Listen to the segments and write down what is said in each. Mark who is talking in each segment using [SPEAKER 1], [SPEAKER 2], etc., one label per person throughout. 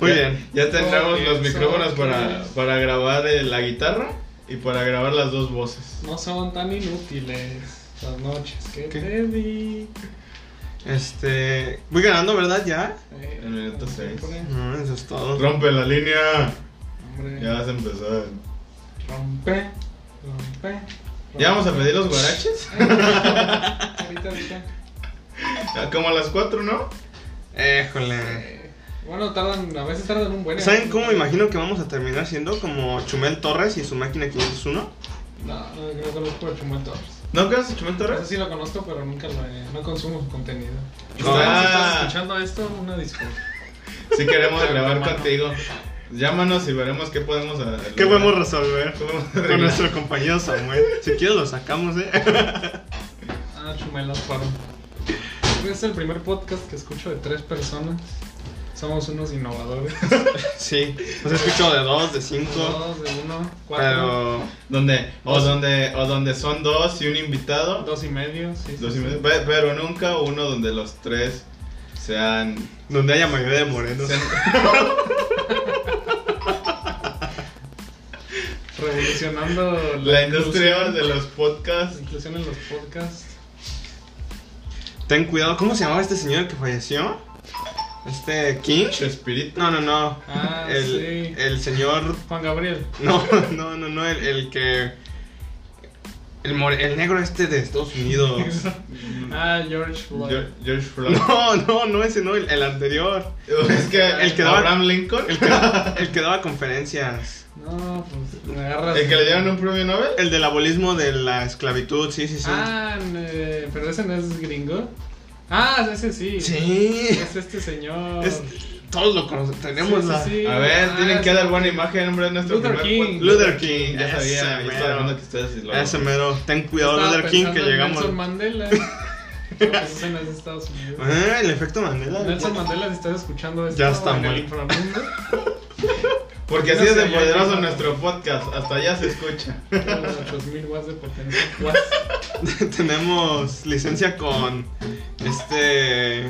[SPEAKER 1] Muy
[SPEAKER 2] Ya-
[SPEAKER 1] bien.
[SPEAKER 2] Ya tendremos
[SPEAKER 3] Porque
[SPEAKER 2] los
[SPEAKER 3] son
[SPEAKER 2] micrófonos para,
[SPEAKER 3] útiles.
[SPEAKER 2] para grabar eh, la guitarra y para grabar las dos voces.
[SPEAKER 3] No son tan inútiles las noches que
[SPEAKER 1] ¿Qué?
[SPEAKER 3] te di.
[SPEAKER 1] Este. Voy ganando, ¿verdad? Ya.
[SPEAKER 3] Eh,
[SPEAKER 2] El minuto
[SPEAKER 3] como
[SPEAKER 2] seis.
[SPEAKER 3] siempre,
[SPEAKER 1] No, eso es todo.
[SPEAKER 2] Rompe la línea.
[SPEAKER 3] Hombre,
[SPEAKER 2] Ya vas a empezar.
[SPEAKER 3] rompe, rompe.
[SPEAKER 2] ¿Ya vamos a pedir los guaraches?
[SPEAKER 3] a. ahorita, ahorita.
[SPEAKER 2] Ah, Como a las 4, ¿no?
[SPEAKER 1] Éjole.
[SPEAKER 3] Eh, bueno, tardan, a veces tardan un buen.
[SPEAKER 1] ¿Saben cómo me imagino que vamos a terminar siendo? Como Chumel Torres y su máquina 501.
[SPEAKER 3] No, no, yo no conozco a Chumel Torres.
[SPEAKER 2] ¿No creas Chumel
[SPEAKER 3] No sé
[SPEAKER 2] Torres?
[SPEAKER 3] si lo conozco, pero nunca lo he, no consumo su contenido. Si
[SPEAKER 2] Ah.
[SPEAKER 3] estás escuchando esto, una disculpa.
[SPEAKER 2] Si queremos grabar
[SPEAKER 3] Hermano.
[SPEAKER 2] contigo. Llámanos y veremos qué podemos hacer.
[SPEAKER 1] ¿Qué podemos resolver?
[SPEAKER 2] resolver?
[SPEAKER 1] Con nuestro compañero Samuel. Si quieres, lo sacamos, ¿eh?
[SPEAKER 3] Ah, Chumel Alfaro. Este es el primer podcast que escucho de tres personas. Somos unos innovadores.
[SPEAKER 1] Sí. Los escucho de dos, de cinco.
[SPEAKER 3] Dos, de uno, cuatro,
[SPEAKER 1] Pero.
[SPEAKER 2] Donde, o, donde, o donde son dos y un invitado.
[SPEAKER 3] dos y medio. Sí, sí,
[SPEAKER 2] Dos y
[SPEAKER 3] sí.
[SPEAKER 2] medio. Pe- Pero nunca uno donde los tres sean.
[SPEAKER 1] Donde haya mayoría de morenos.
[SPEAKER 2] sean-
[SPEAKER 3] Revolucionando
[SPEAKER 2] la industria
[SPEAKER 3] inclusión-
[SPEAKER 2] de los podcasts.
[SPEAKER 3] Inclusión en los podcasts.
[SPEAKER 1] Ten cuidado. ¿Cómo se llamaba este señor que falleció? Este. Kinch.
[SPEAKER 2] Espíritu.
[SPEAKER 1] No, no, no.
[SPEAKER 3] Ah,
[SPEAKER 1] el,
[SPEAKER 3] sí.
[SPEAKER 1] el señor.
[SPEAKER 3] Juan Gabriel.
[SPEAKER 1] No, no, no, no. El, el que. El, more- el negro este de Estados Unidos.
[SPEAKER 3] Ah, George Floyd.
[SPEAKER 2] George- George Floyd.
[SPEAKER 1] No, no, no ese no, el, el anterior.
[SPEAKER 2] Es que
[SPEAKER 1] El que daba-
[SPEAKER 2] Abraham Lincoln.
[SPEAKER 1] El que, el que daba conferencias.
[SPEAKER 3] No, pues me agarras.
[SPEAKER 2] El que le dieron un premio Nobel.
[SPEAKER 1] El del abolismo de la esclavitud, sí, sí, sí.
[SPEAKER 3] Ah, eh, pero ese no es gringo. Ah, ese sí.
[SPEAKER 1] sí.
[SPEAKER 3] Es este señor.
[SPEAKER 1] Es- todos lo conocemos. Tenemos
[SPEAKER 3] Sí,
[SPEAKER 1] la.
[SPEAKER 3] sí, sí.
[SPEAKER 2] A ver,
[SPEAKER 3] Ah,
[SPEAKER 2] tienen que
[SPEAKER 3] sí.
[SPEAKER 2] dar buena imagen, hombre, de nuestro
[SPEAKER 3] Luther
[SPEAKER 2] primer
[SPEAKER 3] King.
[SPEAKER 2] pod-
[SPEAKER 1] Luther King.
[SPEAKER 2] Ya sabía,
[SPEAKER 1] ese
[SPEAKER 2] yo
[SPEAKER 1] mero.
[SPEAKER 2] estaba hablando que ustedes sí lo-
[SPEAKER 1] Ese mero. Ten cuidado,
[SPEAKER 3] Estaba
[SPEAKER 1] Luther King, que
[SPEAKER 3] pensando en
[SPEAKER 1] llegamos.
[SPEAKER 3] Nelson Mandela. Pero pues ese no es de Estados Unidos.
[SPEAKER 1] Ah, el efecto Mandela.
[SPEAKER 3] Nelson Mandela, si estás escuchando esto
[SPEAKER 1] Ya está
[SPEAKER 3] en el
[SPEAKER 1] muerto.
[SPEAKER 3] inframundo,
[SPEAKER 2] Porque así
[SPEAKER 3] No
[SPEAKER 2] es de
[SPEAKER 3] sé, ya
[SPEAKER 2] poderoso
[SPEAKER 3] que-
[SPEAKER 2] nuestro podcast, hasta allá se escucha.
[SPEAKER 3] con 8000 watts de potencia. Watts.
[SPEAKER 1] Tenemos licencia con este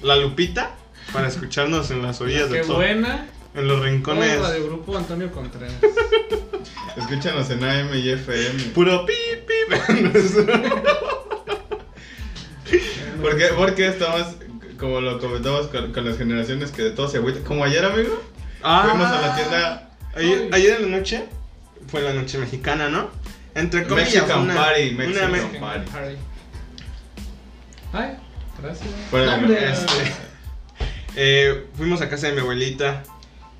[SPEAKER 1] la Lupita para escucharnos en las orillas
[SPEAKER 3] Qué
[SPEAKER 1] de todo,
[SPEAKER 3] buena.
[SPEAKER 1] en los rincones.
[SPEAKER 3] Hola, de grupo Antonio Contreras.
[SPEAKER 2] Escúchanos en AM y FM.
[SPEAKER 1] Puro pip pip.
[SPEAKER 2] ¿Por qué, porque estamos, como lo comentamos con, con las generaciones que de todo se agüita? Como ayer, amigo,
[SPEAKER 1] Ah.
[SPEAKER 2] fuimos a la tienda
[SPEAKER 1] Ayer, ayer en la noche fue la noche mexicana, ¿no? Entre comillas
[SPEAKER 2] Mexican
[SPEAKER 1] una,
[SPEAKER 2] Party,
[SPEAKER 1] una
[SPEAKER 2] Mexican
[SPEAKER 1] me-
[SPEAKER 2] Party. Mari.
[SPEAKER 3] Ay, gracias.
[SPEAKER 2] Fuera de-
[SPEAKER 3] Hombre.
[SPEAKER 1] este, eh, fuimos a casa de mi abuelita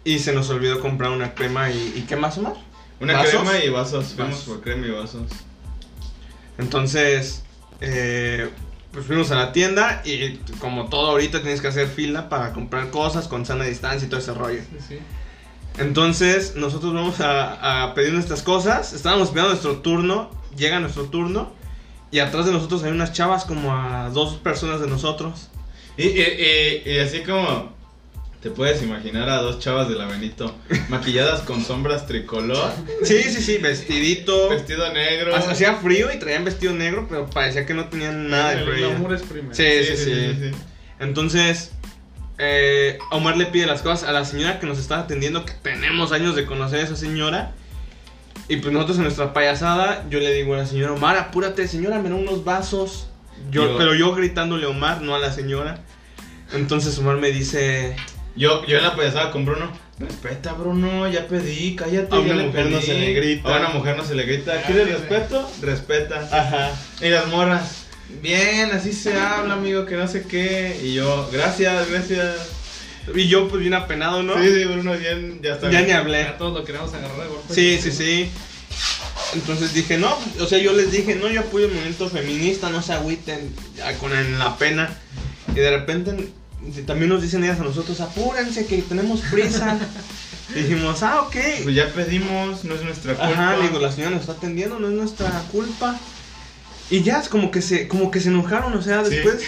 [SPEAKER 1] y se nos olvidó comprar una crema y, ¿y qué más, Omar?
[SPEAKER 2] una
[SPEAKER 1] ¿Vasos?
[SPEAKER 2] crema y vasos. Fuimos
[SPEAKER 1] Vasos.
[SPEAKER 2] por crema y vasos.
[SPEAKER 1] Entonces, eh, pues fuimos a la tienda y como todo ahorita tienes que hacer fila para comprar cosas con sana distancia y todo ese rollo.
[SPEAKER 3] Sí, sí.
[SPEAKER 1] Entonces, nosotros vamos a, a pedir nuestras cosas, estábamos esperando nuestro turno, llega nuestro turno y atrás de nosotros hay unas chavas como a dos personas de nosotros.
[SPEAKER 2] Y, y- y- y así como te puedes imaginar a dos chavas del Avenito, maquilladas con sombras tricolor,
[SPEAKER 1] Sí, sí, sí, vestidito.
[SPEAKER 2] vestido negro.
[SPEAKER 1] Ha- Hacía frío y traían vestido negro, pero parecía que no tenían nada de
[SPEAKER 3] El
[SPEAKER 1] frío.
[SPEAKER 3] glamour es primero.
[SPEAKER 1] Sí, sí, sí. Entonces, eh, Omar le pide las cosas a la señora que nos está atendiendo, que tenemos años de conocer a esa señora. Y pues nosotros en nuestra payasada, yo le digo a la señora, Omar, apúrate, señora, me da unos vasos. Yo,
[SPEAKER 2] Yo-
[SPEAKER 1] Pero yo gritándole a Omar, no a la señora. Entonces Omar me dice,
[SPEAKER 2] Yo, yo en la payasada con Bruno. Respeta, Bruno, ya pedí, cállate.
[SPEAKER 1] A una
[SPEAKER 2] ya le
[SPEAKER 1] mujer no
[SPEAKER 2] pedí".
[SPEAKER 1] se le grita.
[SPEAKER 2] A una mujer no se le grita.
[SPEAKER 3] Ah,
[SPEAKER 2] ¿Quieres
[SPEAKER 3] sí,
[SPEAKER 2] respeto? Respeta.
[SPEAKER 1] ajá,
[SPEAKER 2] Y las morras. Bien, así se habla, amigo, que no sé qué. Y yo, gracias, gracias.
[SPEAKER 1] y yo pues bien apenado, ¿no?
[SPEAKER 2] Sí, sí, Bruno, bien, ya está.
[SPEAKER 1] ya ni hablé.
[SPEAKER 3] Ya todos lo queremos agarrar de golpe.
[SPEAKER 1] Sí, sí, sí. Entonces dije, no, o sea, yo les dije, no, yo apoyo el movimiento feminista, no se agüiten ya con el- la pena. Y de repente si también nos dicen ellas a nosotros, apúrense que tenemos prisa. Y dijimos, ah, ok.
[SPEAKER 2] Pues ya pedimos, no es nuestra culpa.
[SPEAKER 1] Ajá, digo, la señora nos está atendiendo, no es nuestra culpa. Y ya, es como que se, como que se enojaron, o sea,
[SPEAKER 2] Sí.
[SPEAKER 1] después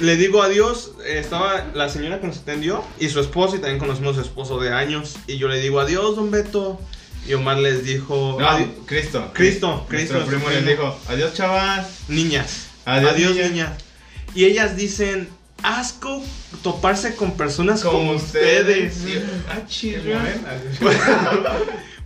[SPEAKER 1] le digo adiós, eh, estaba la señora que nos atendió y su esposo, y también conocimos a su esposo de años, y yo le digo adiós, don Beto, y Omar les dijo,
[SPEAKER 2] No,
[SPEAKER 1] "Adi-
[SPEAKER 2] Cristo.
[SPEAKER 1] Cristo, Cristo,
[SPEAKER 2] Nuestro primo
[SPEAKER 1] su
[SPEAKER 2] les
[SPEAKER 1] primo.
[SPEAKER 2] dijo, adiós, chavas.
[SPEAKER 1] niñas,
[SPEAKER 2] Adiós,
[SPEAKER 1] adiós,
[SPEAKER 2] niñas".
[SPEAKER 1] niñas. Y ellas dicen, asco toparse con personas
[SPEAKER 2] Como
[SPEAKER 1] como, ustedes.
[SPEAKER 2] ustedes. sí.
[SPEAKER 1] Ah,
[SPEAKER 3] Qué
[SPEAKER 1] chirrión.
[SPEAKER 3] morenas.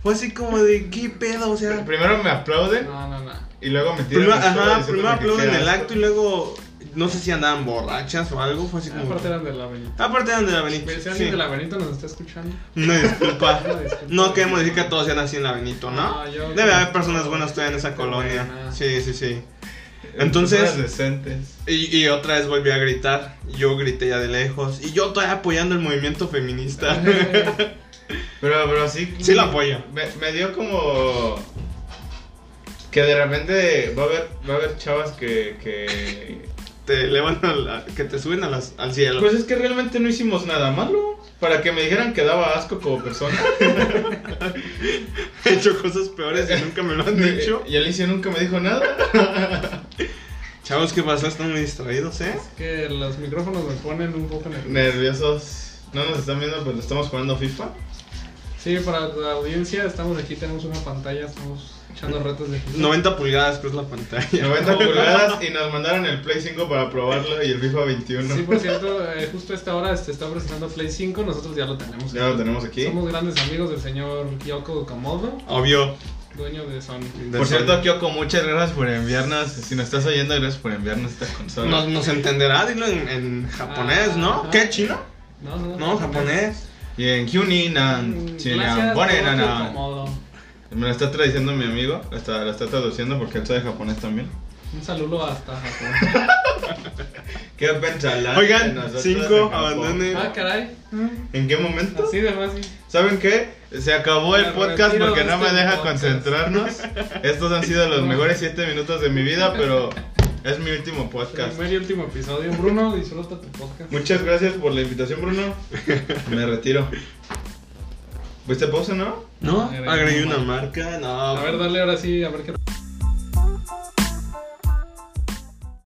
[SPEAKER 1] Fue así como de, ¿qué pedo? O sea,
[SPEAKER 2] Primero me aplauden
[SPEAKER 3] No, no, no.
[SPEAKER 2] y luego me tiran.
[SPEAKER 1] primero,
[SPEAKER 2] los chavos
[SPEAKER 1] ajá,
[SPEAKER 2] diciéndome
[SPEAKER 1] primero
[SPEAKER 2] que
[SPEAKER 1] aplauden
[SPEAKER 2] qué
[SPEAKER 1] el
[SPEAKER 2] asco.
[SPEAKER 1] acto y luego, no sé si andaban borrachas o algo, fue así como...
[SPEAKER 3] Aparte eran de la Benito.
[SPEAKER 1] Aparte eran de la Benito.
[SPEAKER 3] Si alguien
[SPEAKER 1] sí.
[SPEAKER 3] de la Benito nos está escuchando.
[SPEAKER 1] Una disculpa.
[SPEAKER 3] Una disculpa.
[SPEAKER 1] No queremos decir que todos sean así en la Benito, ¿no?
[SPEAKER 3] No, yo-
[SPEAKER 1] Debe haber personas buenas todavía en esa
[SPEAKER 3] Qué
[SPEAKER 1] colonia.
[SPEAKER 3] buena.
[SPEAKER 1] Sí, sí, sí. Entonces-
[SPEAKER 2] Personas decentes.
[SPEAKER 1] Y, y otra vez volví a gritar. Yo grité ya de lejos. Y yo todavía apoyando el movimiento feminista.
[SPEAKER 2] Pero, pero sí.
[SPEAKER 1] Sí lo apoyo.
[SPEAKER 2] Me, me dio como. Que de repente va a haber, va a haber chavas que, que.
[SPEAKER 1] te elevan a la- que te suben a las, al cielo.
[SPEAKER 2] Pues es que realmente no hicimos nada malo. Para que me dijeran que daba asco como persona.
[SPEAKER 1] He hecho cosas peores y nunca me lo han dicho.
[SPEAKER 2] Y Alicia nunca me dijo nada.
[SPEAKER 1] Chavos, ¿qué pasó? Están muy distraídos, ¿eh?
[SPEAKER 3] Es que los micrófonos me ponen un poco nervioso.
[SPEAKER 2] Nerviosos. No nos están viendo, pero estamos jugando FIFA.
[SPEAKER 3] Sí, para la audiencia estamos aquí, tenemos una pantalla, estamos echando retos de
[SPEAKER 1] 90 pulgadas, cruz la pantalla.
[SPEAKER 2] 90 pulgadas y nos mandaron el Play 5 para probarlo y el FIFA 21.
[SPEAKER 3] Sí, por cierto, eh, justo a esta hora se está presentando Play 5, nosotros ya lo tenemos.
[SPEAKER 2] Ya lo tenemos aquí.
[SPEAKER 3] Somos grandes amigos del señor Kyoko Okamoto,
[SPEAKER 1] Obvio.
[SPEAKER 3] dueño de Sony.
[SPEAKER 1] De-
[SPEAKER 2] Por cierto, Kyoko, muchas gracias por enviarnos. Si nos estás oyendo, gracias por enviarnos esta consola.
[SPEAKER 1] Nos, nos entenderá, dilo en, en japonés, ¿no?
[SPEAKER 3] Ah.
[SPEAKER 1] ¿Qué, chino?
[SPEAKER 3] No, no,
[SPEAKER 1] No, japonés.
[SPEAKER 2] Y en Hyunan,
[SPEAKER 3] Mm,
[SPEAKER 2] China,
[SPEAKER 3] gracias, Kyoko
[SPEAKER 2] Bonenana.
[SPEAKER 3] Okamoto.
[SPEAKER 2] Me lo está traduciendo mi amigo, lo está, lo está traduciendo porque él sabe japonés también.
[SPEAKER 3] Un saludo hasta Japón.
[SPEAKER 2] ¿Qué pensarán?
[SPEAKER 1] Oigan,
[SPEAKER 2] de nosotros
[SPEAKER 1] cinco,
[SPEAKER 2] en Japón?
[SPEAKER 1] abandonen.
[SPEAKER 3] ah, caray.
[SPEAKER 2] ¿En qué momento?
[SPEAKER 3] Así de fácil.
[SPEAKER 2] ¿Saben qué? Se acabó el
[SPEAKER 3] Me
[SPEAKER 2] podcast
[SPEAKER 3] retiro
[SPEAKER 2] porque
[SPEAKER 3] de
[SPEAKER 2] no me
[SPEAKER 3] este
[SPEAKER 2] deja
[SPEAKER 3] podcast.
[SPEAKER 2] concentrarnos. Estos han sido los mejores 7 minutos de mi vida, pero es mi último podcast.
[SPEAKER 3] Primer y último episodio. Bruno, disfruta tu podcast.
[SPEAKER 2] Muchas gracias por la invitación, Bruno. Me retiro. ¿Fuiste pausa, no?
[SPEAKER 1] ¿No?
[SPEAKER 3] Agregué
[SPEAKER 1] Agregué
[SPEAKER 3] una
[SPEAKER 1] una marca, no.
[SPEAKER 3] A ver, dale ahora sí, a ver qué.